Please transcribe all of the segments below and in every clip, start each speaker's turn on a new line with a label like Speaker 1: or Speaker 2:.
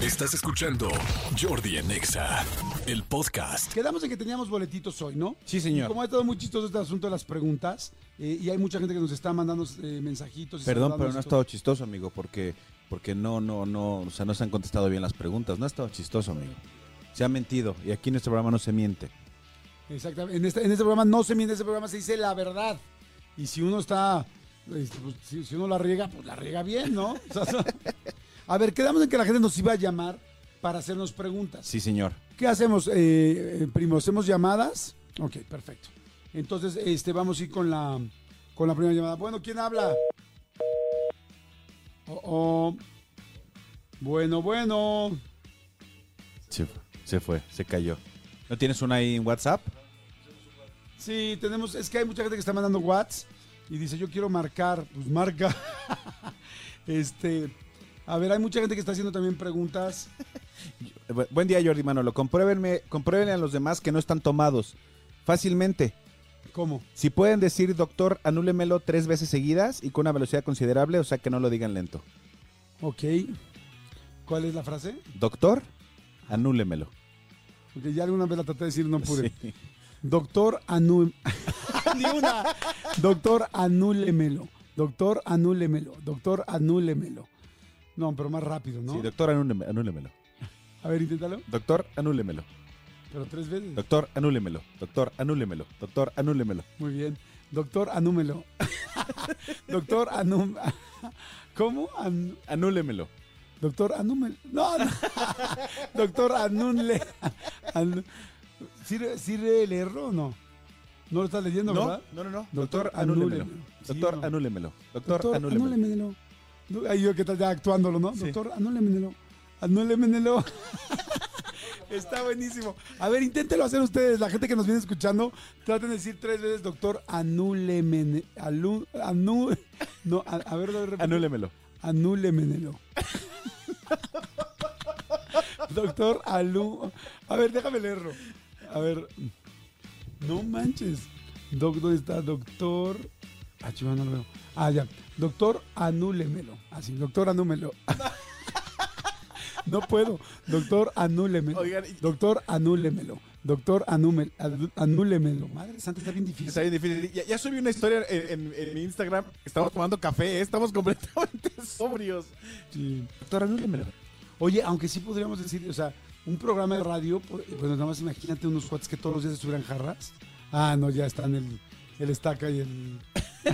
Speaker 1: Estás escuchando Jordi en Exa, el podcast.
Speaker 2: Quedamos en que teníamos boletitos hoy, ¿no?
Speaker 3: Sí, señor.
Speaker 2: Y como ha estado muy chistoso este asunto de las preguntas, eh, y hay mucha gente que nos está mandando eh, mensajitos. Y
Speaker 3: Perdón,
Speaker 2: saludándonos y
Speaker 3: pero no ha
Speaker 2: todo.
Speaker 3: estado chistoso, amigo, porque, porque no, no, no, o sea, no se han contestado bien las preguntas. No ha estado chistoso, amigo. Se ha mentido y aquí en este programa no se miente.
Speaker 2: Exactamente. En este, en este programa no se miente, en este programa se dice la verdad. Y si uno está. este, pues, si, si uno la riega, pues la riega bien, ¿no? O sea, so- a ver, quedamos en que la gente nos iba a llamar para hacernos preguntas.
Speaker 3: Sí, señor.
Speaker 2: ¿Qué hacemos, eh, eh, primo? ¿Hacemos llamadas? Ok, perfecto. Entonces, este, vamos a ir con la, con la primera llamada. Bueno, ¿quién habla? Oh, oh. Bueno, bueno.
Speaker 3: Se, se fue, se cayó. ¿No tienes una ahí en WhatsApp?
Speaker 2: Sí, tenemos, es que hay mucha gente que está mandando Whats y dice, yo quiero marcar, pues marca. este, a ver, hay mucha gente que está haciendo también preguntas.
Speaker 3: Eh, bu- Buen día, Jordi Manolo. Compruébenme, compruébenle a los demás que no están tomados. Fácilmente.
Speaker 2: ¿Cómo?
Speaker 3: Si pueden decir, doctor, anúlemelo tres veces seguidas y con una velocidad considerable, o sea que no lo digan lento.
Speaker 2: Ok. ¿Cuál es la frase?
Speaker 3: Doctor, anúlemelo.
Speaker 2: Porque ya alguna vez la traté de decir, no pude.
Speaker 3: Sí.
Speaker 2: Doctor, anú... Ni una. Doctor, anúlemelo. Doctor, anúlemelo. Doctor, anúlemelo. No, pero más rápido, ¿no?
Speaker 3: Sí, doctor, anúleme- anúlemelo.
Speaker 2: A ver, inténtalo.
Speaker 3: Doctor, anúlemelo.
Speaker 2: Pero tres veces.
Speaker 3: Doctor, anúlemelo. Doctor, anúlemelo. Doctor, anúlemelo.
Speaker 2: Muy bien. Doctor, anúmelo. Doctor, anúmelo. ¿Cómo? An-
Speaker 3: Anúlemelo.
Speaker 2: Doctor, anúmelo. No, no. Doctor, anúle. An- ¿Sirve, ¿Sirve leerlo o no? No lo estás leyendo, ¿verdad?
Speaker 3: no, no, no.
Speaker 2: Doctor,
Speaker 3: Doctor, anúlemelo.
Speaker 2: anúlemelo. Sí,
Speaker 3: Doctor,
Speaker 2: no.
Speaker 3: anúlemelo. Doctor, anúlemelo.
Speaker 2: anúlemelo. Du- Ahí yo que tal ya actuándolo, ¿no?
Speaker 3: Sí.
Speaker 2: Doctor, anúlemelo. Anúlemelo. Está buenísimo. A ver, inténtelo hacer ustedes. La gente que nos viene escuchando, traten de decir tres veces, doctor, anúlemene. Alú, anú, no, a, a ver, a ver, repite.
Speaker 3: Anúlemelo.
Speaker 2: Anúlemenelo. Doctor Alú. A ver, déjame leerlo. A ver. No manches. Doc, ¿dónde está? Doctor. Ah, chiva, no lo veo. Ah, ya. Doctor, anúlemelo. Así, doctor, anúmelo. No puedo. Doctor, anúlemelo.
Speaker 3: Oigan, y-
Speaker 2: Doctor, anúlemelo. Doctor, anúmelo. Anúlemelo. Madre santa, está bien difícil.
Speaker 3: Está bien difícil. Ya, ya subí una historia en, en- en mi Instagram. Estamos tomando café, ¿eh? estamos completamente sobrios.
Speaker 2: Sí.
Speaker 3: Doctor, anúlemelo.
Speaker 2: Oye, aunque sí podríamos decir, o sea, un programa de radio, por- bueno, nada más imagínate unos cuates que todos los días se subieran jarras. Ah, no, ya están el, el estaca y el...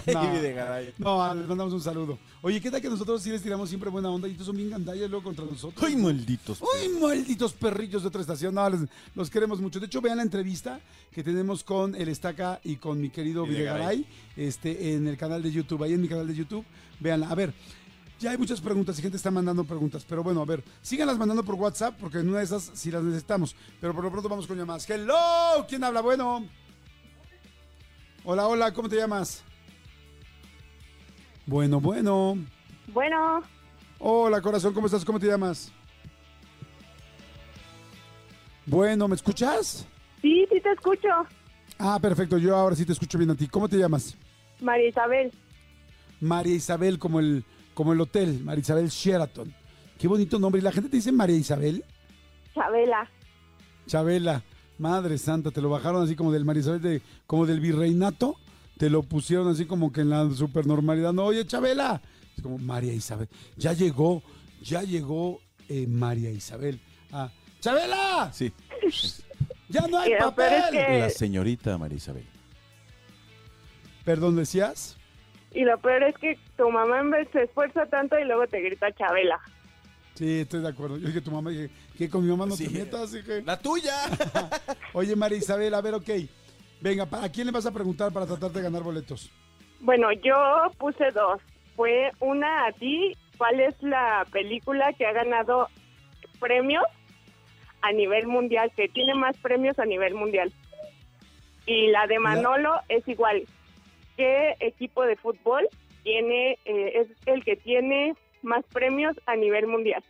Speaker 3: Y
Speaker 2: No,
Speaker 3: Videgaray.
Speaker 2: no, ah, les mandamos un saludo. Oye, ¿qué tal que nosotros sí les tiramos siempre buena onda y estos son bien gandallas luego contra nosotros?
Speaker 3: ¡Ay, malditos!
Speaker 2: ¡Uy, malditos perrillos de otra estación! No, les- los queremos mucho. De hecho, vean la entrevista que tenemos con el Estaca y con mi querido
Speaker 3: Videgaray.
Speaker 2: Videgaray este, en el canal de YouTube. Ahí en mi canal de YouTube, véanla. A ver, ya hay muchas preguntas y gente está mandando preguntas. Pero bueno, a ver, síganlas mandando por WhatsApp porque en una de esas sí las necesitamos. Pero por lo pronto vamos con llamadas. ¡Hello! ¿Quién habla? Bueno. Hola, hola, ¿cómo te llamas? Bueno, bueno.
Speaker 4: Bueno,
Speaker 2: Hola, corazón, ¿cómo estás? ¿Cómo te llamas? Bueno, ¿me escuchas?
Speaker 4: sí, sí te escucho.
Speaker 2: Ah, perfecto, yo ahora sí te escucho bien a ti. ¿Cómo te llamas?
Speaker 4: María Isabel,
Speaker 2: María Isabel, como el, como el hotel, María Isabel Sheraton. Qué bonito nombre. ¿Y la gente te dice María Isabel?
Speaker 4: Chabela.
Speaker 2: Chabela, madre santa, te lo bajaron así como del María Isabel, de, como del virreinato. Te lo pusieron así como que en la supernormalidad. No, oye, Chabela. Es como María Isabel. Ya llegó, ya llegó eh, María Isabel. Ah, ¡Chabela!
Speaker 3: Sí.
Speaker 2: ¡Ya no hay
Speaker 4: Y lo
Speaker 2: papel!
Speaker 4: peor es
Speaker 2: Eh.
Speaker 4: que-
Speaker 3: La señorita María Isabel.
Speaker 2: Perdón, ¿decías?
Speaker 4: Y lo peor es que tu mamá en vez se esfuerza tanto y luego te grita Chabela.
Speaker 2: Sí, estoy de acuerdo. Yo dije, tu mamá, dije, que con mi mamá no
Speaker 3: Sí.
Speaker 2: te metas. Dije.
Speaker 3: ¡La tuya!
Speaker 2: Oye, María Isabel, a ver, ok. Venga, ¿pa- ¿a quién le vas a preguntar para tratar de ganar boletos?
Speaker 4: Bueno, yo puse dos. Fue una a ti. ¿Cuál es la película que ha ganado premios a nivel mundial? Que tiene más premios a nivel mundial. Y la de Manolo es igual. ¿Qué equipo de fútbol tiene eh, es el que tiene más premios a nivel mundial?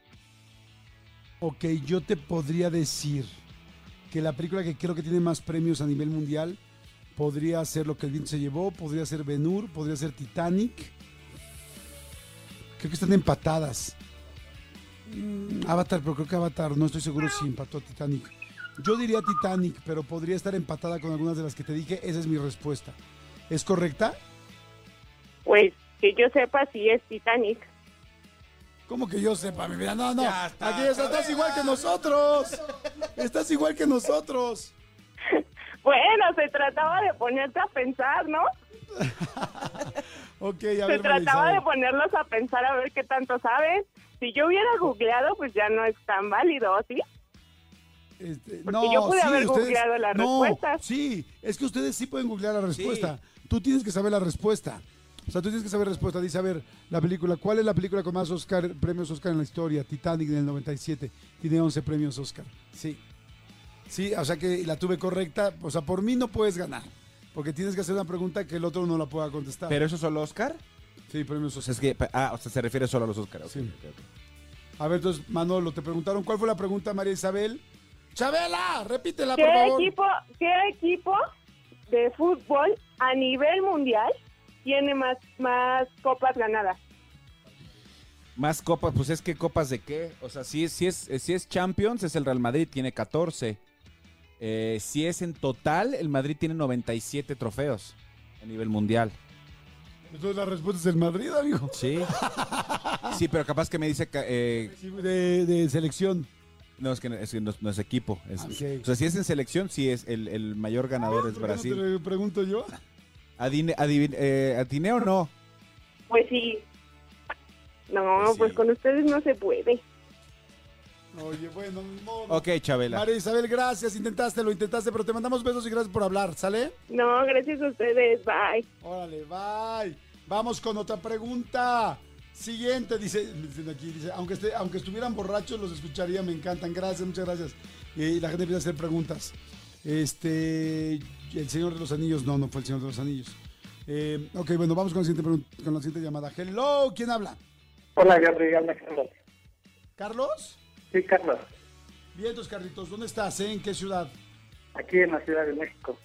Speaker 2: Ok, yo te podría decir que la película que creo que tiene más premios a nivel mundial podría ser Lo que el viento se llevó, podría ser Benur, podría ser Titanic. Creo que están empatadas. Mm, Avatar, pero creo que Avatar, no estoy seguro si empató a Titanic. Yo diría Titanic, pero podría estar empatada con algunas de las que te dije. Esa es mi respuesta. ¿Es correcta?
Speaker 4: Pues que yo sepa si es Titanic.
Speaker 2: ¿Cómo que yo sepa, mi vida? No, no. Aquí está- estás igual que nosotros. Estás igual que nosotros.
Speaker 4: Bueno, se trataba de ponerte a pensar, ¿no?
Speaker 2: Ok, a
Speaker 4: Se
Speaker 2: ver. María
Speaker 4: trataba de
Speaker 2: Isabel.
Speaker 4: ponerlos a pensar a ver qué tanto saben. Si yo hubiera googleado, pues ya no es tan válido, ¿sí?
Speaker 2: Este,
Speaker 4: porque yo pude haber googleado la
Speaker 2: no,
Speaker 4: respuesta.
Speaker 2: Sí, es que ustedes sí pueden googlear la respuesta. Tú tienes que saber la respuesta. O sea, tú tienes que saber la respuesta. Dice, a ver, la película, ¿cuál es la película con más Oscar, premios Oscar en la historia? Titanic del 97. Tiene 11 premios Oscar. Sí. Sí, o sea que la tuve correcta. O sea, por mí no puedes ganar. Porque tienes que hacer una pregunta que el otro no la pueda contestar.
Speaker 3: ¿Pero eso solo Oscar?
Speaker 2: sí, premios
Speaker 3: O sea,
Speaker 2: Oscar.
Speaker 3: es que, ah, o sea, se refiere solo a los Oscar. ok,
Speaker 2: Sí.
Speaker 3: ok, ok.
Speaker 2: A ver, entonces, Manolo, te preguntaron cuál fue la pregunta, María Isabel. ¡Chabela!
Speaker 3: Ah,
Speaker 2: Repítela, por
Speaker 4: ¿Qué
Speaker 2: favor.
Speaker 4: equipo, ¿Qué equipo de fútbol a nivel mundial tiene más, más copas ganadas?
Speaker 3: Más copas, pues es que copas de qué? O sea, si es, si es, eh, si es Champions, es el Real Madrid, tiene 14. Eh, si es en total, el Madrid tiene 97 trofeos a nivel mundial.
Speaker 2: Entonces la respuesta es el Madrid, amigo.
Speaker 3: Sí. Sí, pero capaz que me dice ca- eh,
Speaker 2: Sí, De, de selección.
Speaker 3: no, es que no es, que no- no es equipo. es-
Speaker 2: Ah, ok.
Speaker 3: O sea, si es en selección, sí es el, el mayor ganador
Speaker 2: ¿Por
Speaker 3: es
Speaker 2: qué no
Speaker 3: Brasil.
Speaker 2: te lo pregunto yo?
Speaker 3: Adine, adivin- eh, ¿Atiné o no?
Speaker 4: Pues sí. No,
Speaker 3: Pues sí.
Speaker 4: pues con ustedes no se puede.
Speaker 2: Oye, bueno, no. no.
Speaker 3: Ok, Chabela.
Speaker 2: María Isabel, gracias. Intentaste, lo intentaste, pero te mandamos besos y gracias por hablar, ¿sale?
Speaker 4: No, gracias a ustedes. Bye.
Speaker 2: Órale, bye. Vamos con otra pregunta. Siguiente, dice, dicen aquí, dice, aunque, esté- aunque estuvieran borrachos, los escucharía, me encantan. Gracias, muchas gracias. Y la gente empieza a hacer preguntas. Este, el Señor de los Anillos, no, no fue el Señor de los Anillos. Eh, ok, bueno, vamos con la, siguiente pregun- con la siguiente llamada. Hello, ¿quién habla?
Speaker 5: Hola, Jordi, habla Carlos.
Speaker 2: ¿Carlos?
Speaker 5: Sí, Carlos,
Speaker 2: Bien, entonces, Carlitos, ¿dónde estás? eh? ¿En qué ciudad?
Speaker 5: aquí en la Ciudad de México.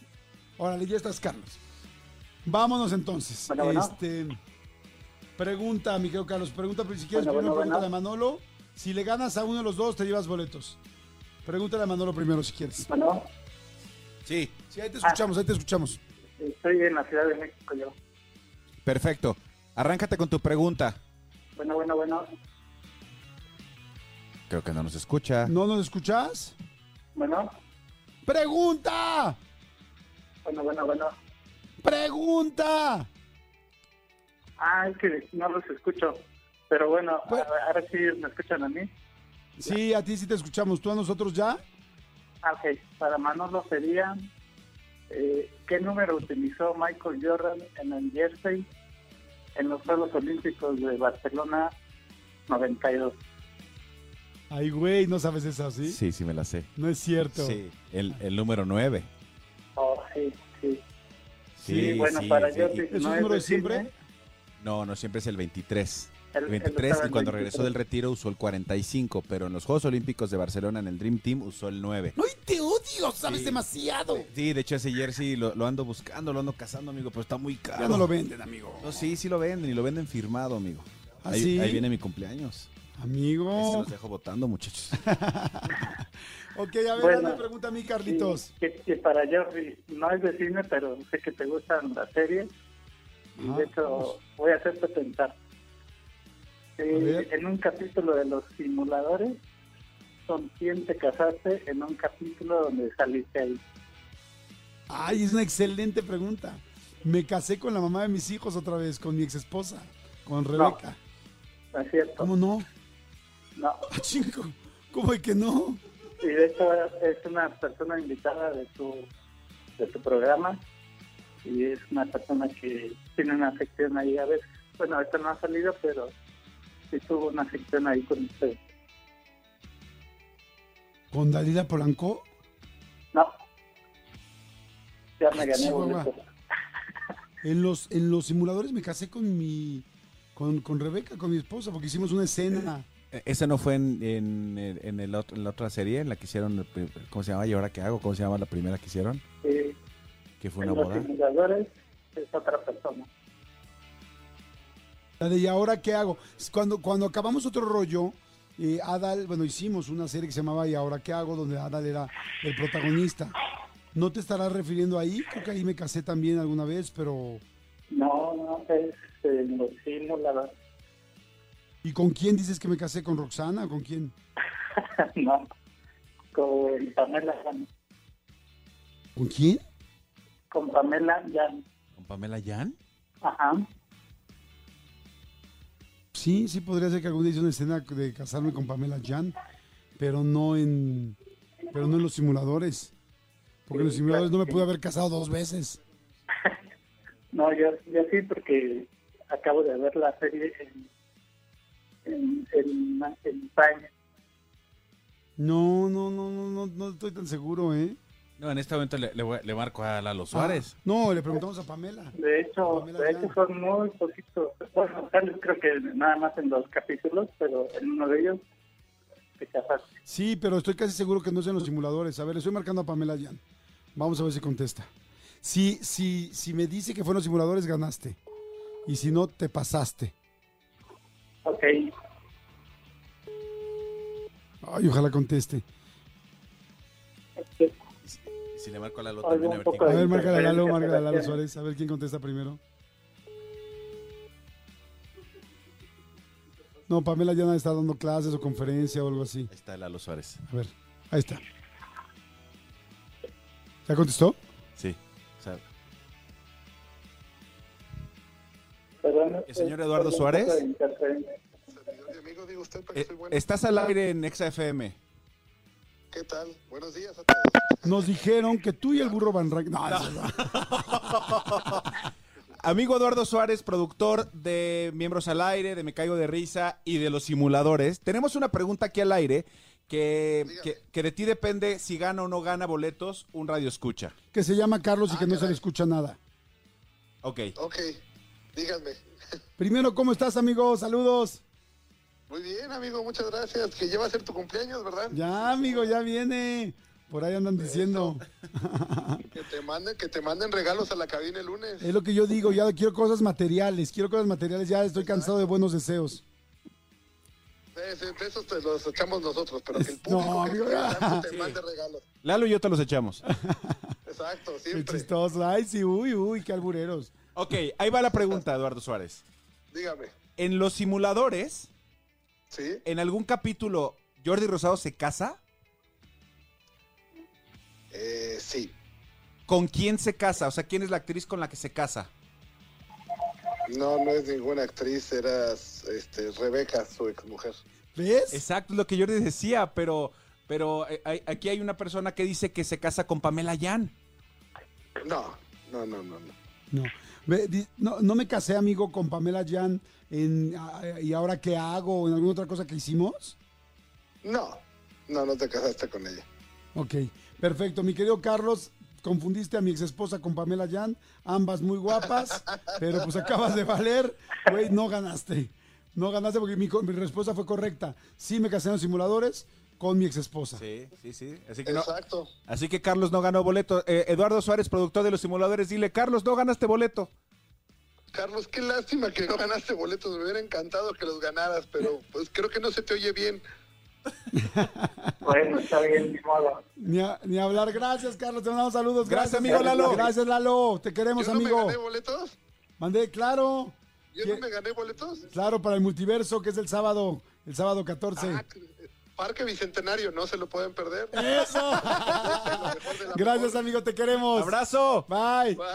Speaker 2: Órale, ya estás, Carlos. Vámonos entonces.
Speaker 5: Bueno, bueno.
Speaker 2: Este, pregunta, mi querido Carlos, pregunta, pero si quieres,
Speaker 5: Bueno,
Speaker 2: primero
Speaker 5: bueno,
Speaker 2: pregúntale a Manolo. Si le ganas a uno de los dos, te llevas boletos. Pregúntale a Manolo primero si quieres.
Speaker 5: Bueno,
Speaker 3: Sí.
Speaker 2: Sí, ahí te
Speaker 5: Ah.
Speaker 2: escuchamos, ahí te escuchamos.
Speaker 5: estoy en la Ciudad de México yo.
Speaker 3: Perfecto. Arráncate con tu pregunta.
Speaker 5: Bueno, bueno, bueno,
Speaker 3: Creo que no nos escucha.
Speaker 2: ¿No nos escuchas?
Speaker 5: bueno,
Speaker 2: ¡Pregunta!
Speaker 5: bueno, bueno, bueno.
Speaker 2: ¡Pregunta!
Speaker 5: Ah, es que no los escucho. Pero bueno,
Speaker 2: Bueno.
Speaker 5: a- ahora sí me escuchan a mí.
Speaker 2: Sí, a ti sí te escuchamos. ¿Tú a nosotros ya?
Speaker 5: Ah, Ok, para Manolo sería, eh, ¿qué número utilizó Michael Jordan en el jersey en los Juegos Olímpicos de Barcelona 92?
Speaker 2: Ay, güey, no sabes eso, ¿sí?
Speaker 3: Sí, sí me la sé.
Speaker 2: No es cierto.
Speaker 3: Sí. El, el número 9.
Speaker 5: Oh, sí, sí.
Speaker 3: Sí,
Speaker 5: Sí, bueno,
Speaker 3: sí,
Speaker 5: para
Speaker 3: sí.
Speaker 5: Jordi.
Speaker 2: ¿Es un
Speaker 5: No es ¿eh?
Speaker 2: número de
Speaker 5: de
Speaker 2: siempre?
Speaker 5: Disney.
Speaker 3: No, no, siempre es el 23.
Speaker 5: El-
Speaker 3: El,
Speaker 5: el
Speaker 3: 23
Speaker 5: estaba
Speaker 3: y cuando
Speaker 5: en
Speaker 3: regresó
Speaker 5: 23.
Speaker 3: del retiro usó el 45, pero en los Juegos Olímpicos de Barcelona en el Dream Team usó el 9.
Speaker 2: ¡Ay, te odio! ¡Sabes demasiado!
Speaker 3: Sí, de hecho ese jersey lo, lo ando buscando, lo ando cazando, amigo, pero está muy caro.
Speaker 2: Ya Ah, no lo venden, amigo.
Speaker 3: No, sí, sí lo venden y lo venden firmado, amigo.
Speaker 2: ¿Ah,
Speaker 3: ahí,
Speaker 2: sí?
Speaker 3: ahí viene mi cumpleaños. Ahí se
Speaker 2: Amigo.
Speaker 3: los dejo votando, muchachos.
Speaker 2: Ok, a ver,
Speaker 5: Bueno.
Speaker 2: dame pregunta a mí,
Speaker 5: Sí,
Speaker 2: Carlitos.
Speaker 5: que, que para Jordi no es de cine, pero sé que te gustan las series. Y
Speaker 2: Ajá,
Speaker 5: de hecho,
Speaker 2: vamos.
Speaker 5: voy a hacerte pensar. Eh,
Speaker 2: pues. A ver.
Speaker 5: en un capítulo de Los Simuladores, ¿con quién te casaste en un capítulo donde saliste ahí?
Speaker 2: Ay, es una excelente pregunta. Me casé con la mamá de mis hijos otra vez, con mi ex esposa, con Rebeca.
Speaker 5: ¿No es cierto?
Speaker 2: ¿Cómo no?
Speaker 5: No.
Speaker 2: Ah, chingo. ¿Cómo de que no?
Speaker 5: Y de hecho, es una persona invitada de tu, de tu programa. Y es una persona que tiene una sección ahí a veces. Bueno, ahorita no ha salido, pero sí tuvo una sección ahí con usted.
Speaker 2: ¿Con Dalila Polanco?
Speaker 5: No. Ya me gané
Speaker 2: Chihuahua.
Speaker 5: boleto.
Speaker 2: En los, en los simuladores me casé con mi. Con, con Rebeca, con mi esposa, porque hicimos una escena.
Speaker 3: E- Ese no fue en, en, el- en el otro- en la otra serie, en la que hicieron, el pri- ¿cómo se llama? ¿Y ahora qué hago? ¿Cómo se llama la primera que hicieron?
Speaker 5: Sí,
Speaker 3: Que fue
Speaker 5: en
Speaker 3: una
Speaker 5: los
Speaker 3: boda.
Speaker 5: simuladores es otra persona.
Speaker 2: La de ¿y ahora qué hago? Cuando, cuando acabamos otro rollo, eh, Adal, bueno, hicimos una serie que se llamaba ¿Y ahora qué hago? donde Adal era el protagonista. ¿No te estarás refiriendo ahí? Creo que ahí me casé también alguna vez, pero...
Speaker 5: No, no, es en los himnos, la verdad.
Speaker 2: ¿Y con quién dices que me casé? ¿Con Roxana? o ¿Con quién?
Speaker 5: no, con Pamela Jan.
Speaker 2: ¿Con quién?
Speaker 5: Con Pamela Jan.
Speaker 3: ¿Con Pamela Jan?
Speaker 5: Ajá.
Speaker 2: Sí, sí podría ser que algún día hice una escena de casarme con Pamela Jan, pero no en, pero no en los simuladores. Porque en los
Speaker 5: Sí,
Speaker 2: simuladores no
Speaker 5: claro
Speaker 2: me
Speaker 5: que
Speaker 2: pude haber casado dos veces.
Speaker 5: No, yo, yo sí, porque acabo de ver la serie en, en, en, en España.
Speaker 2: No, no, no, no, no, no estoy tan seguro, ¿eh?
Speaker 3: No, en este momento le, le voy a- le marco a Lalo Suárez.
Speaker 2: Ah, no, le preguntamos a Pamela.
Speaker 5: De hecho,
Speaker 2: Pamela
Speaker 5: de
Speaker 2: Jan.
Speaker 5: hecho son muy poquitos. Bueno, tal- creo que nada más en dos capítulos, pero en uno de ellos te casaste.
Speaker 2: Sí, pero estoy casi seguro que no es en los simuladores. A ver, le estoy marcando a Pamela Jan. Vamos a ver si contesta. Si, si, si me dice que fue en los simuladores, ganaste. Y si no, te pasaste.
Speaker 5: Ok,
Speaker 2: Ay, ojalá conteste.
Speaker 3: Si le marco a Lalo
Speaker 5: Oiga,
Speaker 3: también,
Speaker 5: un
Speaker 3: a ver
Speaker 5: poco
Speaker 3: quién-
Speaker 2: A ver, márcale a Lalo,
Speaker 5: Interferencia,
Speaker 2: márcale a Lalo
Speaker 5: interferencia.
Speaker 2: Suárez. A ver quién contesta primero. No, Pamela ya no está dando clases o conferencia o algo así.
Speaker 3: Ahí está Lalo Suárez.
Speaker 2: A ver, ahí está. ¿Ya contestó?
Speaker 3: Sí. O sea,
Speaker 5: perdón.
Speaker 3: ¿El señor
Speaker 5: es-
Speaker 3: Eduardo
Speaker 5: es un
Speaker 3: Suárez?
Speaker 5: poco de interferencia.
Speaker 6: servidor y amigo, digo usted, para que
Speaker 3: eh,
Speaker 6: soy bueno.
Speaker 3: estás al aire en Exa FM.
Speaker 6: ¿Qué tal? Buenos días a todos.
Speaker 2: Nos dijeron que tú y el burro Van Rank. No, eso no.
Speaker 3: Amigo Eduardo Suárez, productor de Miembros al Aire, de Me Caigo de Risa y de Los Simuladores. Tenemos una pregunta aquí al aire que, que- que de ti depende si gana o no gana boletos un radio escucha.
Speaker 2: que se llama Carlos y que
Speaker 6: Ah,
Speaker 2: no se
Speaker 6: caray.
Speaker 2: le escucha nada.
Speaker 3: Ok.
Speaker 6: Ok, díganme.
Speaker 2: Primero, ¿cómo estás, amigo? Saludos.
Speaker 6: Muy bien, amigo, muchas gracias. Que lleva a ser tu cumpleaños, ¿verdad?
Speaker 2: Ya, amigo, ya viene. Por ahí andan diciendo.
Speaker 6: Que te manden, que te manden regalos a la cabina el lunes.
Speaker 2: Es lo que yo digo, ya quiero cosas materiales, quiero cosas materiales, ya estoy cansado de buenos deseos.
Speaker 6: De, de- de esos te los echamos nosotros, pero que el
Speaker 2: No,
Speaker 6: público que
Speaker 2: amigo.
Speaker 6: esté hablando te
Speaker 3: Sí.
Speaker 6: mande regalos.
Speaker 3: Lalo y yo te los echamos.
Speaker 6: Exacto,
Speaker 2: Qué
Speaker 6: siempre.
Speaker 2: chistoso. Ay, sí, uy, uy, qué albureros.
Speaker 3: Ok, ahí va la pregunta, Eduardo Suárez.
Speaker 6: Dígame.
Speaker 3: En Los Simuladores,
Speaker 6: ¿Sí?
Speaker 3: en algún capítulo, Jordi Rosado se casa.
Speaker 6: Eh, sí.
Speaker 3: ¿Con quién se casa? O sea, ¿quién es la actriz con la que se casa?
Speaker 6: No, no es ninguna actriz, eras este, Rebeca, su exmujer.
Speaker 2: ¿Ves?
Speaker 3: Exacto, es lo que Jordi decía, pero, pero eh, hay- aquí hay una persona que dice que se casa con Pamela Jan.
Speaker 6: No, no, no, no. no.
Speaker 2: No. Ve, di- no. no me casé, amigo, con Pamela Jan en ah, ¿Y ahora qué hago? ¿En alguna otra cosa que hicimos?
Speaker 6: No, no, no te casaste con ella.
Speaker 2: Ok, perfecto. Mi querido Carlos, confundiste a mi exesposa con Pamela Jan, ambas muy guapas, pero pues acabas de valer. Güey, no ganaste. No ganaste porque mi, co- mi respuesta fue correcta. Sí me casé en los simuladores con mi exesposa.
Speaker 3: Sí, sí, sí. Así que, no-
Speaker 6: Exacto.
Speaker 3: así que Carlos no ganó boleto. Eh, Eduardo Suárez, productor de Los Simuladores, dile, Carlos, no ganaste boleto.
Speaker 6: Carlos, qué lástima que no ganaste boletos. Me hubiera encantado que los ganaras, pero pues creo que no se te oye bien.
Speaker 5: Bueno, está bien, ni modo.
Speaker 2: Ni, a- ni hablar. Gracias, Carlos. Te mandamos saludos.
Speaker 3: Gracias, amigo Lalo.
Speaker 2: Gracias, Lalo. Te queremos,
Speaker 6: ¿Yo no me
Speaker 2: amigo.
Speaker 6: gané boletos?
Speaker 2: Mandé, claro.
Speaker 6: ¿Yo
Speaker 2: ¿Quién?
Speaker 6: no me gané boletos?
Speaker 2: Claro, para el multiverso, que es el sábado, el sábado 14.
Speaker 6: Ah, Parque Bicentenario, no se lo pueden perder.
Speaker 2: Eso. Gracias, amigo. Te queremos.
Speaker 3: ¡Abrazo!
Speaker 2: Bye.
Speaker 6: Bye.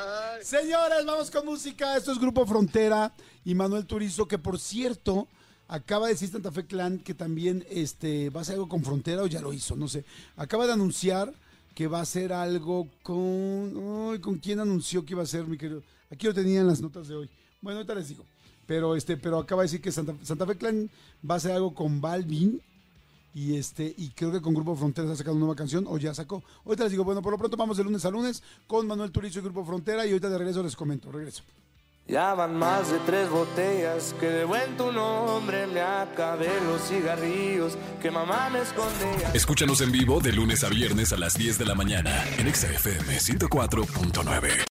Speaker 2: Señores, vamos con música. Esto es Grupo Frontera y Manuel Turizo, que por cierto, acaba de decir Santa Fe Clan que también este, va a hacer algo con Frontera o ya lo hizo, no sé. Acaba de anunciar que va a hacer algo con. Ay, ¿Con quién anunció que iba a hacer, mi querido? Aquí lo tenía en las notas de hoy. Bueno, ahorita les digo. Pero, este, pero acaba de decir que Santa, Santa Fe Clan va a hacer algo con Balvin. Y este, y creo que con Grupo Frontera ha sacado una nueva canción, o ya sacó. Ahorita les digo, bueno, por lo pronto vamos de lunes a lunes con Manuel Turizo y Grupo Frontera, y ahorita de regreso les comento, regreso.
Speaker 7: Ya van más de tres botellas que de buen tu nombre me acabé los cigarrillos que mamá me escondía.
Speaker 1: Escúchanos en vivo de lunes a viernes a las 10 de la mañana en Exa FM 104.9.